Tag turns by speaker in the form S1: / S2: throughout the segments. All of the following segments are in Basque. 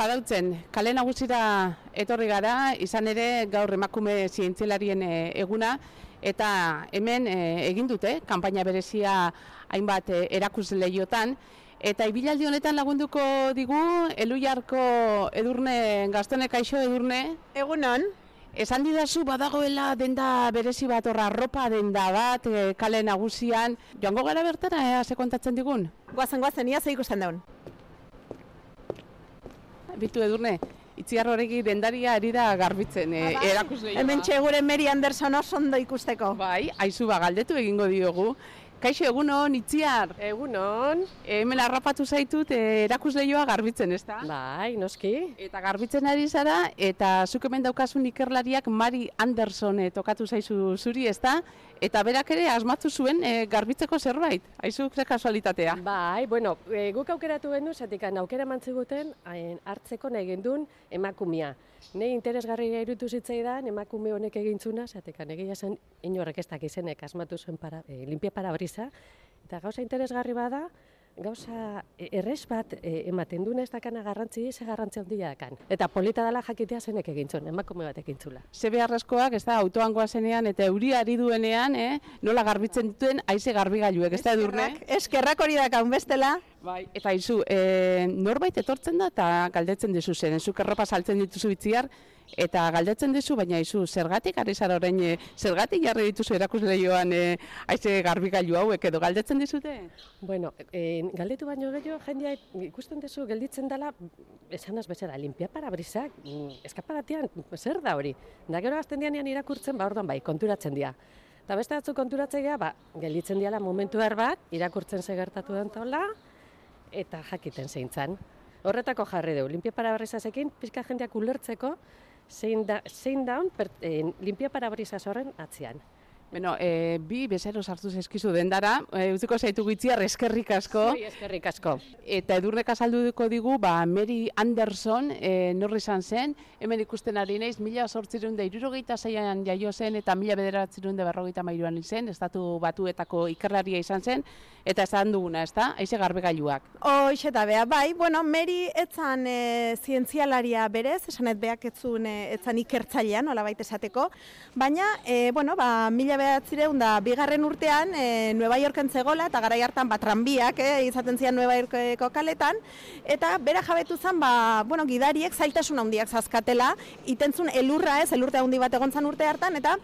S1: Zarautzen, kale nagusira etorri gara, izan ere gaur emakume zientzialarien e, eguna, eta hemen e, egin dute, kanpaina berezia hainbat e, erakus lehiotan, eta ibilaldi honetan lagunduko digu, elujarko edurne, gaztone kaixo edurne,
S2: Egunon,
S1: Esan didazu badagoela denda berezi bat horra, ropa denda bat, e, kale nagusian. Joango gara bertara, ea, ze kontatzen digun?
S2: guazen guazen, ia ze ikusten daun.
S1: Bitu edurne, itziar horregi dendaria ari da garbitzen, e,
S2: Ba, bai.
S1: erakusleioa.
S2: Hemen txegure Mary Anderson oso ondo ikusteko.
S1: Bai, aizu ba, galdetu egingo diogu. Kaixo egunon, itziar,
S3: Egunon,
S1: e, hemen harrapatu zaitut e, erakusleioa garbitzen, ezta?
S3: bai, noski.
S1: Eta garbitzen ari zara, eta zuk hemen daukazun ikerlariak Mari Anderson e, tokatu zaizu zuri, ezta? Eta berak ere asmatu zuen e, garbitzeko zerbait, aizu ze kasualitatea.
S3: Bai, bueno, e, guk aukeratu gendu, zatik aukera eman ziguten, hain hartzeko nahi gendun emakumea. Nei interesgarria irutu zitzaidan, emakume honek egintzuna, zatik egia zen inorrek ez dakizenek asmatu zen para, e, limpia para brisa. Eta gauza interesgarri bada, gauza e, errez bat e, ematen duna ez dakana garrantzi, ze garrantzi handia dakan. Eta polita dela jakitea zenek egintzun, emakume bat egintzula.
S1: Ze beharrezkoak, ez da, autoan goazenean eta euria ari duenean, eh, nola garbitzen dituen aize garbigailuek, ez da edurne?
S2: Eskerrak- Eskerrak hori dakaun bestela.
S1: Bai, eta izu, e, norbait etortzen da eta galdetzen dizu zen, zuk erropa saltzen dituzu itziar, eta galdetzen dizu, baina izu, zergatik ari zara orain, e, zergatik jarri dituzu erakusleioan e, aize garbigailu hauek edo galdetzen dizute?
S3: Bueno, eh, galdetu baino gehiago, jendea ikusten duzu gelditzen dela, esanaz bezala, limpia para brisak, eskaparatean, zer da hori? Da gero azten dianean irakurtzen, ba orduan bai, konturatzen dira. Eta beste batzu konturatzen dira, ba, gelditzen diala momentu er bat, irakurtzen ze gertatu den tola, eta jakiten zeintzan. Horretako jarri dugu, limpia para brisasekin, pizka jendeak ulertzeko, zein, da, zein daun per, eh, limpia para brisas horren atzean.
S1: Bueno, e, bi bezero sartu zaizkizu dendara, e, utziko zaitu gitziar eskerrik asko.
S3: Zuei eskerrik asko.
S1: Eta edurnek azalduko digu, ba, Mary Anderson, e, norri izan zen, hemen ikusten ari naiz, mila sortzirun da irurogeita zeian jaio zen, eta mila bederatzirun da berrogeita mairuan zen, estatu batuetako ikerlaria izan zen, eta esan duguna, ez da, aize garbegailuak.
S2: Hoix eta bea, bai, bueno, Mary etzan e, zientzialaria berez, esanet beak etzun, e, etzan ikertzailea, nola baita esateko, baina, e, bueno, ba, mila behatzireun da, bigarren urtean, e, Nueva Yorken zegola, eta garai hartan, ba, tranbiak, e, izaten zian Nueva Yorkeko kaletan, eta bera jabetu zen, ba, bueno, gidariek zailtasun handiak zazkatela, itentzun elurra ez, elurte handi bat egon zan urte hartan, eta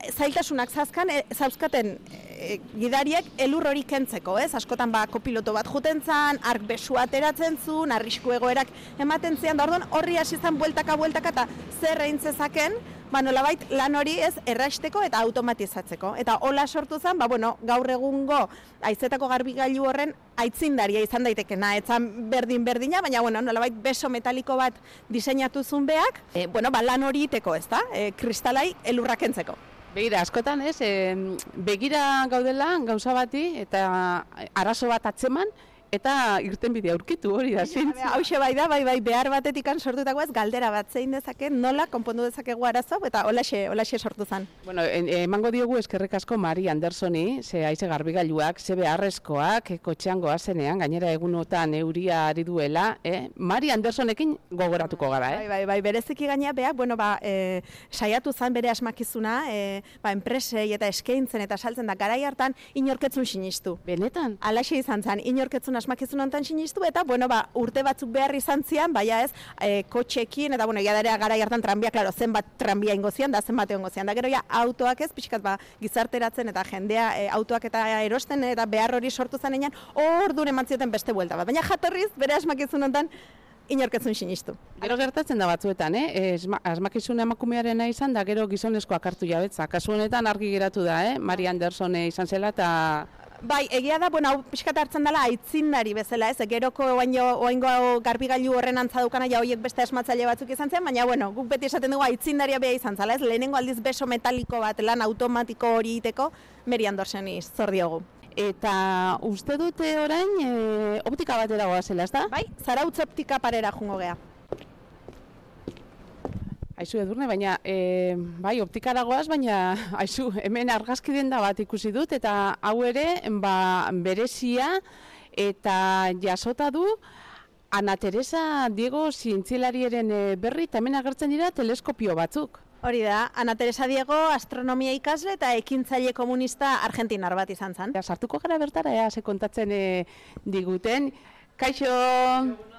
S2: e, zailtasunak zazkan, e, zauzkaten e, gidariek elur hori kentzeko, ez? Askotan ba kopiloto bat juten zan, ark besua ateratzen zuen, arrisku egoerak ematen zian, da orduan horri hasi zan bueltaka bueltaka eta zer egin zezaken, ba nolabait lan hori ez erraisteko eta automatizatzeko. Eta hola sortu zen, ba bueno, gaur egungo aizetako garbigailu horren aitzindaria izan daitekena, etzan berdin berdina, baina bueno, nolabait beso metaliko bat diseinatu zuen beak, e, bueno, ba lan hori iteko, ezta? E, kristalai elurra kentzeko.
S1: Begira, askotan ez, em, begira gaudela gauza bati, eta arazo bat atzeman, eta irtenbide aurkitu hori da, zintzu.
S2: Hauxe bai da, bai bai behar batetik sortutakoaz galdera bat zein dezake, nola konpondu dezakegu arazo eta holaxe, holaxe sortu zen.
S1: Bueno, en- emango diogu eskerrik asko Mari Andersoni, ze aize garbigailuak, ze beharrezkoak, eh, kotxean goazenean, gainera egunotan euria ari duela, eh? Mari Andersonekin gogoratuko gara,
S2: Bai,
S1: eh?
S2: bai, bai, bereziki gaina bea, bueno, ba, e, saiatu zen bere asmakizuna, e, ba, enpresei eta eskaintzen eta saltzen da garai hartan inorketzun sinistu.
S1: Benetan?
S2: Alaxe izan zen, inorketzun asmakizun hontan sinistu, eta, bueno, ba, urte batzuk behar izan zian, baina ez, e, kotxekin, eta, bueno, jadarea garai hartan tranbia, klaro, zenbat tranbia ingo zian, da zenbat egongo zian, da gero ja autoak ez, pixkat, ba, gizarteratzen eta jendea e, autoak eta erosten, eta behar hori sortu zanean, hor dure eman zioten beste buelta bat, baina jatorriz, bere asmakizun hontan, inorketzun sinistu.
S1: Gero gertatzen da batzuetan, eh? Esma, asmakizuna emakumearen izan da, gero gizonezkoak hartu jabetza. Kasu honetan argi geratu da, eh? Mari Andersone izan zela eta
S2: Bai, egia da, bueno, hau pixkat hartzen dela aitzindari bezala, ez, geroko baino oaingo garbigailu horren antzadukan ja horiek beste esmatzaile batzuk izan zen, baina, bueno, guk beti esaten dugu aitzindaria bea izan zala, ez, lehenengo aldiz beso metaliko bat, lan automatiko hori iteko, Mary Andersoni zor diogu.
S1: eta uste dute orain eh, optika batera goazela, ezta?
S2: Bai, zarautz optika parera jungo gea.
S1: Aizu edurne, baina e, bai, optikara goaz, baina aizu, hemen argazki denda bat ikusi dut, eta hau ere, ba, berezia, eta jasota du, Ana Teresa Diego zientzialariaren eh, berri, eta hemen agertzen dira teleskopio batzuk.
S2: Hori da, Ana Teresa Diego astronomia ikasle eta ekintzaile komunista argentinar bat izan zen.
S1: Ja, sartuko gara bertara, ea, ze kontatzen eh, diguten. Kaixo,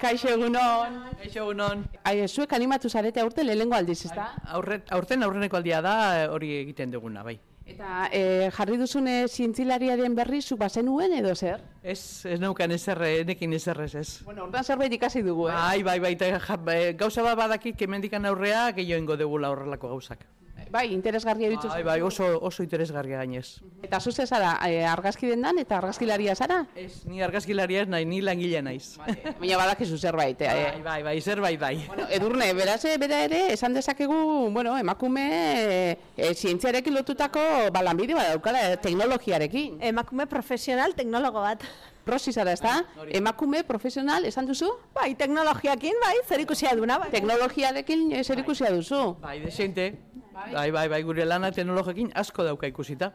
S1: kaixo egunon.
S4: Eixo unon,
S1: Ai, zuek animatu zarete aurten lehenengo aldiz, ezta?
S4: aurren, aurten aurreneko aldia da eh, hori egiten duguna, bai.
S1: Eta eh, jarri duzun eh, zientzilariaren berri zu bazenuen edo zer?
S4: Ez, ez neukan ezerre, enekin ezerrez ez.
S1: Bueno, ordan zerbait ikasi dugu, eh?
S4: Bai, bai, bai, eta ja- eh, gauza bat badakit, kemendikan aurrea, gehiago ingo degula horrelako gauzak.
S1: Bai, interesgarria dituz.
S4: Bai, bai, oso, oso interesgarria gainez.
S1: Eta zuze zara, eh, argazki dendan eta argazkilaria zara?
S4: Ez, ni argazkilaria ez nahi, ni langilea naiz.
S1: Baina badakizu zerbait, eh?
S4: Bai, bai, bai, zerbait bai.
S1: Bueno, edurne, beraz, eh, bera ere, esan dezakegu, bueno, emakume eh, eh, zientziarekin lotutako balanbide bat daukala, eh, teknologiarekin.
S2: Emakume profesional teknologo bat.
S1: Prosi zara, ezta?
S4: Bai,
S1: Emakume profesional, esan duzu?
S2: Bai, teknologiakin, bai, zer ikusia duna, bai.
S1: Teknologiarekin eh, zer ikusia duzu.
S4: Bai, desente. Bai, bai, bai, gure lana teknologekin asko dauka ikusita.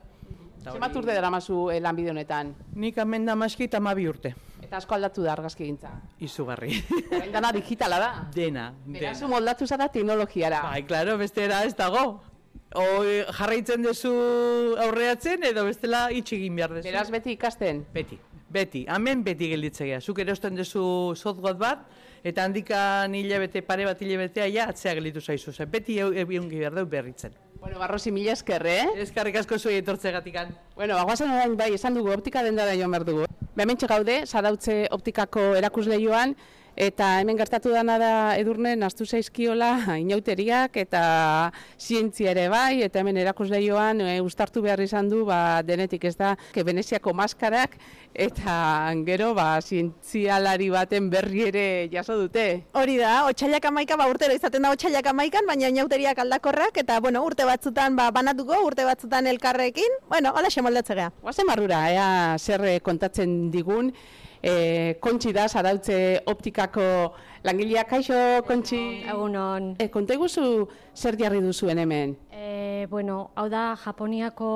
S4: Eta hori-
S1: Zenbat urte daramazu eh, lanbide honetan?
S4: Nik amenda maski eta mabi urte.
S1: Eta asko aldatu da argazkigintza.
S4: Izugarri.
S1: Orain Dana digitala da.
S4: dena, dena.
S1: Beraz, moldatu zara teknologiara.
S4: Bai, claro, bestera ez dago. O, e, jarraitzen duzu aurreatzen edo bestela itxi egin behar duzu.
S1: Beraz, beti ikasten.
S4: beti, beti, hemen beti gelditzea. Zuk erosten duzu software bat, eta handikan hilabete pare bat hilabetea ja atzea gelditu zaizu. Zer, beti egungi behar dut berritzen.
S1: Bueno, barrosi mila esker, eh?
S4: Ezkarrik asko zuei etortzegatikan.
S1: Bueno, bagoazen orain bai, esan dugu, optika dendara joan behar dugu. Bementxe gaude, zarautze optikako erakusleioan, eta hemen gertatu dana da edurnen astu zaizkiola inauteriak eta zientzia ere bai, eta hemen erakusleioan e, ustartu behar izan du ba, denetik ez da, ke Veneziako maskarak eta gero ba, zientzialari baten berri ere jaso dute.
S2: Hori da, otxailak amaika, ba urtero izaten da otxailak amaikan, baina inauteriak aldakorrak, eta bueno, urte batzutan ba, banatuko, urte batzutan elkarrekin, bueno, hola moldatzea.
S1: Guazen barrura, ea zer eh, kontatzen digun, e, kontxi da, zarautze optikako langileak, kaixo, kontxi.
S5: Egunon.
S1: E, konta iguzu zer jarri duzuen hemen.
S5: E, bueno, hau da Japoniako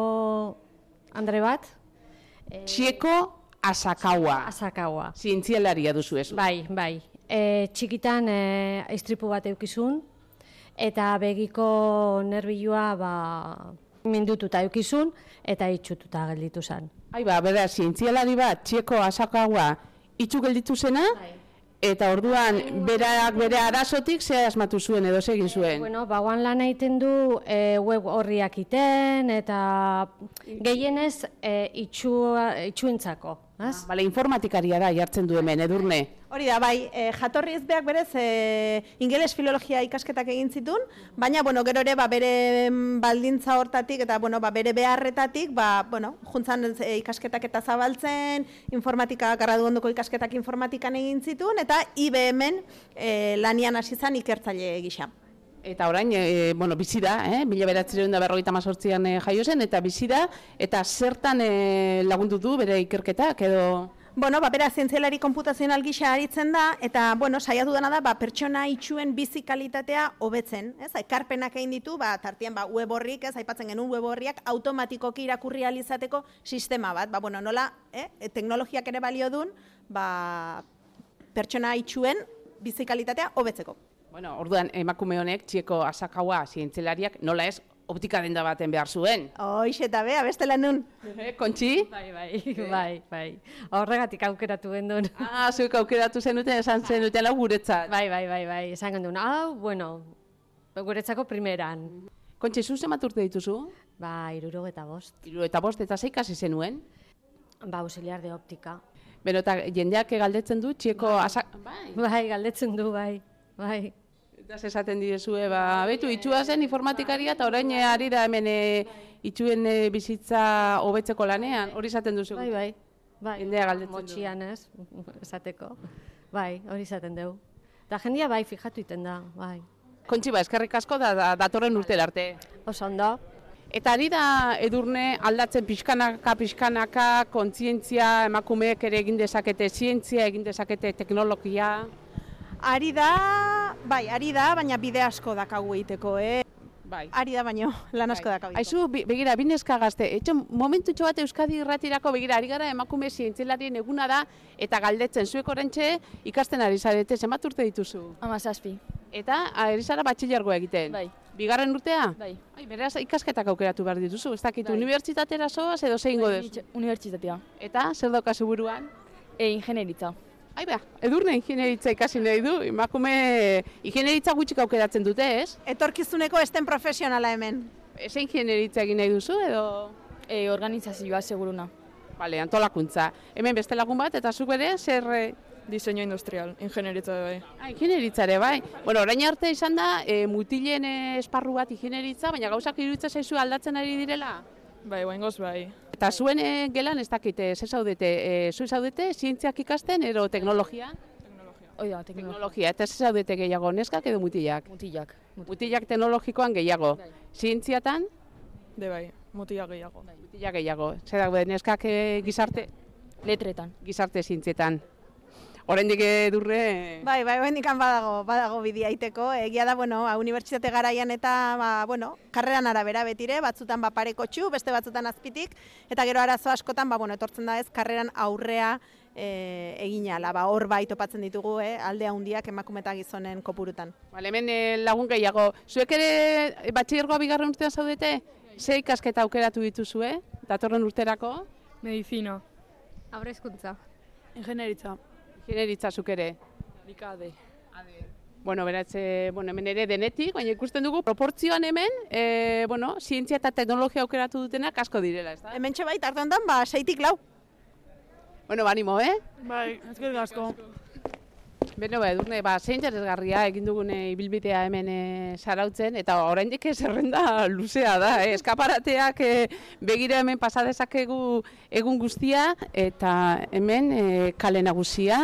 S5: andre bat,
S1: Txieko asakaua.
S5: Asakawa.
S1: Zientzialaria duzu ez.
S5: Bai, bai. E, txikitan e, istripu bat eukizun, eta begiko nerbilua ba, mindututa eukizun, eta itxututa gelditu zan.
S1: Ai ba, bera, zientzialari bat, txieko asakaua itxu gelditu zena,
S5: Bai.
S1: eta orduan berak bere arazotik ze asmatu zuen edo ze egin zuen.
S5: Eh, Bueno, bauan lan egiten du e, web horriak iten, eta gehienez e, itxua, itxuentzako. Ez?
S1: Bale, informatikaria da jartzen du hemen, edurne.
S2: Hori da, bai, e, jatorri ezbeak berez e, ingeles filologia ikasketak egin zitun, baina, bueno, gero ere, ba, bere mm, baldintza hortatik eta, bueno, ba, bere beharretatik, ba, bueno, juntzan e, ikasketak eta zabaltzen, informatika, garradu ondoko ikasketak informatikan egin zitun, eta IBM-en e, lanian hasi zan ikertzaile gisa.
S1: Eta orain, e, bueno, bizi da, eh? mila beratzireun da berrogeita mazortzian e, jaio zen, eta bizi da, eta zertan e, lagundu du bere ikerketak, edo...
S2: Bueno, ba, bera zientzialari konputazional gisa aritzen da, eta, bueno, saiatu dana da, ba, pertsona itxuen bizi kalitatea hobetzen, ez? Ekarpenak egin ditu, ba, tartien, ba, web horrik, ez, aipatzen genuen web horriak, automatikoki irakurri ahal izateko sistema bat, ba, bueno, nola, eh, teknologiak ere balio dun, ba, pertsona itxuen bizi kalitatea hobetzeko.
S1: Bueno, orduan emakume honek txieko asakaua zientzelariak nola ez optika denda baten behar zuen.
S2: Hoiz eta bea, beste lanun.
S1: Eh, Kontxi?
S5: Bai, bai, bai, bai. Horregatik aukeratu gendun.
S1: Ah, zuek aukeratu zenuten, esan zenuten lau guretzat.
S5: Bai, bai, bai, bai, esan gendun. Hau, bueno, guretzako primeran.
S1: Kontxi, zu zenbat urte dituzu?
S5: Ba, iruro eta bost.
S1: Hiru eta bost eta zeik hasi zenuen.
S5: Ba, auxiliar de optika.
S1: Beno, eta jendeak galdetzen du txieko asak... Bai.
S5: Bai, galdetzen du, bai, bai.
S1: Eta ze esaten direzue, ba, betu, itxua zen informatikaria eta orain eh, ari da hemen eh, itxuen eh, bizitza hobetzeko lanean, hori esaten duzu.
S5: Bai, bai. bai.
S1: Jendea galdetzen du.
S5: Motxian ez, esateko. Bai, hori izaten dugu. Eta jendia bai, fijatu iten da, bai.
S1: Kontxi, ba, eskerrik asko da, da datorren urtera arte.
S5: Oso ondo.
S1: Eta ari da edurne aldatzen pixkanaka, pixkanaka, kontzientzia, emakumeek ere egin dezakete zientzia, egin dezakete teknologia.
S2: Ari da, bai, ari da, baina bide asko dakagu egiteko, eh?
S1: Bai.
S2: Ari da baino, lan asko dakabitu.
S1: Aizu, bi- begira, bineska gazte, etxo, momentu bat Euskadi irratirako begira, ari gara emakume zientzilarien eguna da, eta galdetzen zuek orentxe ikasten ari zarete, zenbat urte dituzu?
S6: Amazazpi,
S1: Eta ari zara batxilergoa egiten?
S6: Bai.
S1: Bigarren urtea?
S6: bai.
S1: Ai, beraz, ikasketak aukeratu behar dituzu, ez dakit,
S6: Bai.
S1: unibertsitatera zoaz edo zeingo
S6: Bai,
S1: duzu?
S6: unitxe- Unibertsitatea.
S1: Eta, zer daukazu buruan?
S6: E, ingenieritza.
S1: Ai ba, edurne ingenieritza ikasi nahi du, emakume ingenieritza gutxik aukeratzen dute, ez?
S2: Etorkizuneko esten profesionala hemen.
S1: Eze ingenieritza egin nahi duzu edo...
S6: E, organizazioa seguruna.
S1: Bale, antolakuntza. Hemen beste lagun bat, eta zuk bere, zer... eh,
S7: Diseño industrial, ingenieritza bai.
S1: Ah, ingenieritza ere, bai. Bueno, orain arte izan da, e, mutilen eh, esparru bat ingenieritza, baina gauzak iruditza zaizu aldatzen ari direla.
S7: Bai, guaingoz bai.
S1: Eta zuen eh, gelan ez dakite, zer zaudete, e, zu zaudete, zientziak ikasten, ero teknologia?
S6: Hoi da, teknologia.
S1: Teknologia, eta zer zaudete gehiago, neskak edo mutilak?
S6: Mutilak. Mutilak.
S1: Mutilak teknologikoan gehiago. Zientziatan,
S7: De bai, mutila gehiago.
S8: Bai.
S1: mutilak gehiago. Zer daude, neskak eh, gizarte,
S6: Letretan.
S1: gizarte zientzietan. Oraindik eh, edurre...
S2: Bai, bai, oraindik badago, badago bidea iteko. Egia da, bueno, a, unibertsitate garaian eta, ba, bueno, karreran arabera betire, batzutan ba parekotxu, beste batzutan azpitik, eta gero arazo askotan, ba, bueno, etortzen da ez, karreran aurrea e, egin ala, ba, hor bai topatzen ditugu, eh, alde handiak emakume eta gizonen kopurutan.
S1: Bale, hemen eh, lagun gehiago. Zuek ere eh, batxilergoa bigarren urtean zaudete? Ze ikasketa aukeratu dituzue? Datorren urterako?
S8: Medizina.
S9: Aurrezkuntza.
S8: Ingenieritza.
S1: Generitza zuk ere?
S8: Likade.
S1: Bueno, beraz, eh, bueno, hemen ere denetik, baina ikusten dugu proportzioan hemen, eh, bueno, zientzia eta teknologia aukeratu dutenak asko direla, ez da?
S2: Hemen txe bai, tarte honetan, ba, seitik lau.
S1: Bueno, banimo, eh?
S8: Bai, ezker asko.
S1: Beno, ba, edurne, ba, zein interesgarria egin dugune ibilbidea hemen e, sarautzen, eta oraindik zerrenda luzea da, eh? eskaparateak e, begira hemen pasa dezakegu egun guztia, eta hemen e, kale nagusia,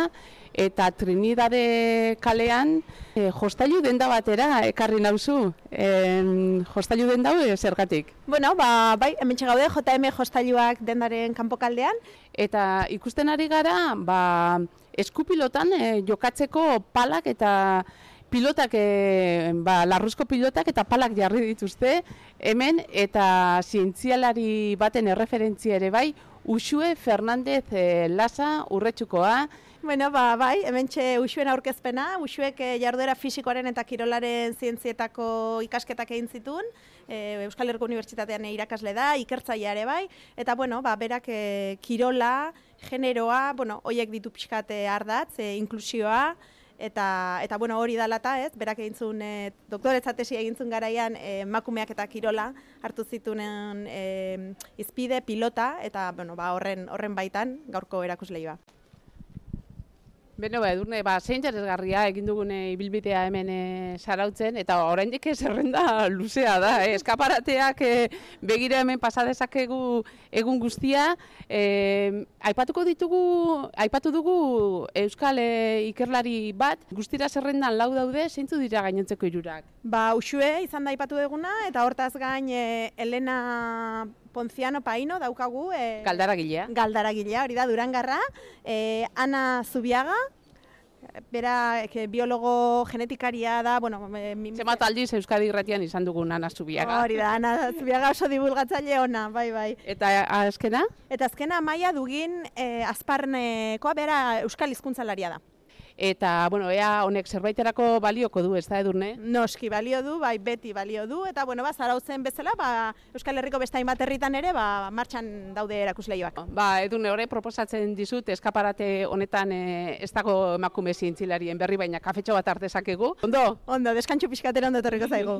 S1: eta Trinidade kalean e, jostailu denda batera ekarri nauzu, e, jostailu denda hau, e, zergatik.
S2: Bueno, ba, bai, hemen txe gaude, JM jostailuak dendaren kanpokaldean,
S1: Eta ikusten ari gara, ba, eskupilotan e, jokatzeko palak eta pilotak, e, ba, larruzko pilotak eta palak jarri dituzte hemen eta zientzialari baten erreferentzia ere bai, Uxue Fernandez e, Lasa urretxukoa,
S2: Bueno, ba, bai, hemen txe usuen aurkezpena, usuek eh, jarduera fisikoaren eta kirolaren zientzietako ikasketak egin zituen, eh, Euskal Herriko Unibertsitatean irakasle da, ikertzailea ere bai, eta bueno, ba, berak eh, kirola, generoa, bueno, hoiek ditu pixkat eh, ardatz, eh, inklusioa, eta, eta bueno, hori dala eta, ez, berak egin zuen, e, doktoretza tesia egin zuen garaian eh, emakumeak eta kirola hartu zitunen eh, izpide, pilota, eta bueno, ba, horren, horren baitan gaurko erakusleioa.
S1: Beno, ba, edurne, ba, zein interesgarria egin dugune ibilbidea hemen e, sarautzen, eta oraindik zerrenda luzea da, eh? eskaparateak e, begira hemen pasa dezakegu egun guztia, e, aipatuko ditugu, aipatu dugu Euskal e, ikerlari bat, guztira zerrendan lau daude, zeintzu dira gainontzeko hirurak.
S2: Ba, usue izan da aipatu eguna, eta hortaz gain eh, Elena Ponciano Paino daukagu. E,
S1: Galdaragilea.
S2: Galdaragilea, hori da, Durangarra. eh, Ana Zubiaga, bera eh, biologo genetikaria da, bueno, eh, mim-
S1: Zemat aldiz Euskadi irratian izan dugun Ana Zubiaga.
S2: Hori da, Ana Zubiaga oso divulgatzaile ona, bai, bai.
S1: Eta azkena?
S2: Eta azkena Maia Dugin eh, Azparnekoa bera Euskal Hizkuntzalaria da.
S1: Eta, bueno, ea honek zerbaiterako balioko du, ez da, edurne?
S2: Noski balio du, bai beti balio du, eta bueno, ba, zarautzen bezala, ba, Euskal Herriko beste hainbat herritan ere, ba, martxan daude erakusleioak.
S1: Ba, edune hori proposatzen dizut eskaparate honetan e, ez dago emakume zientzilarien berri baina kafetxo bat hartezakegu. Ondo,
S2: Ondo, deskantxu pixkatera ondo etorriko zaigu.